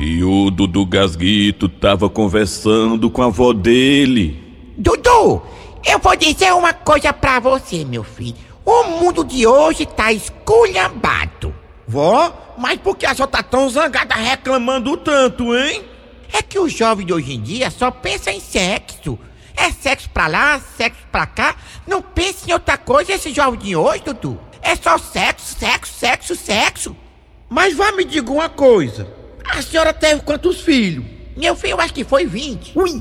E o Dudu Gasguito tava conversando com a avó dele. Dudu, eu vou dizer uma coisa pra você, meu filho. O mundo de hoje tá esculhambado. Vó, mas por que a senhora tá tão zangada reclamando tanto, hein? É que o jovem de hoje em dia só pensa em sexo. É sexo pra lá, sexo pra cá. Não pensa em outra coisa esse jovem de hoje, Dudu. É só sexo, sexo, sexo, sexo. Mas vá me diga uma coisa. A senhora teve quantos filhos? Meu filho, eu acho que foi 20. Ui!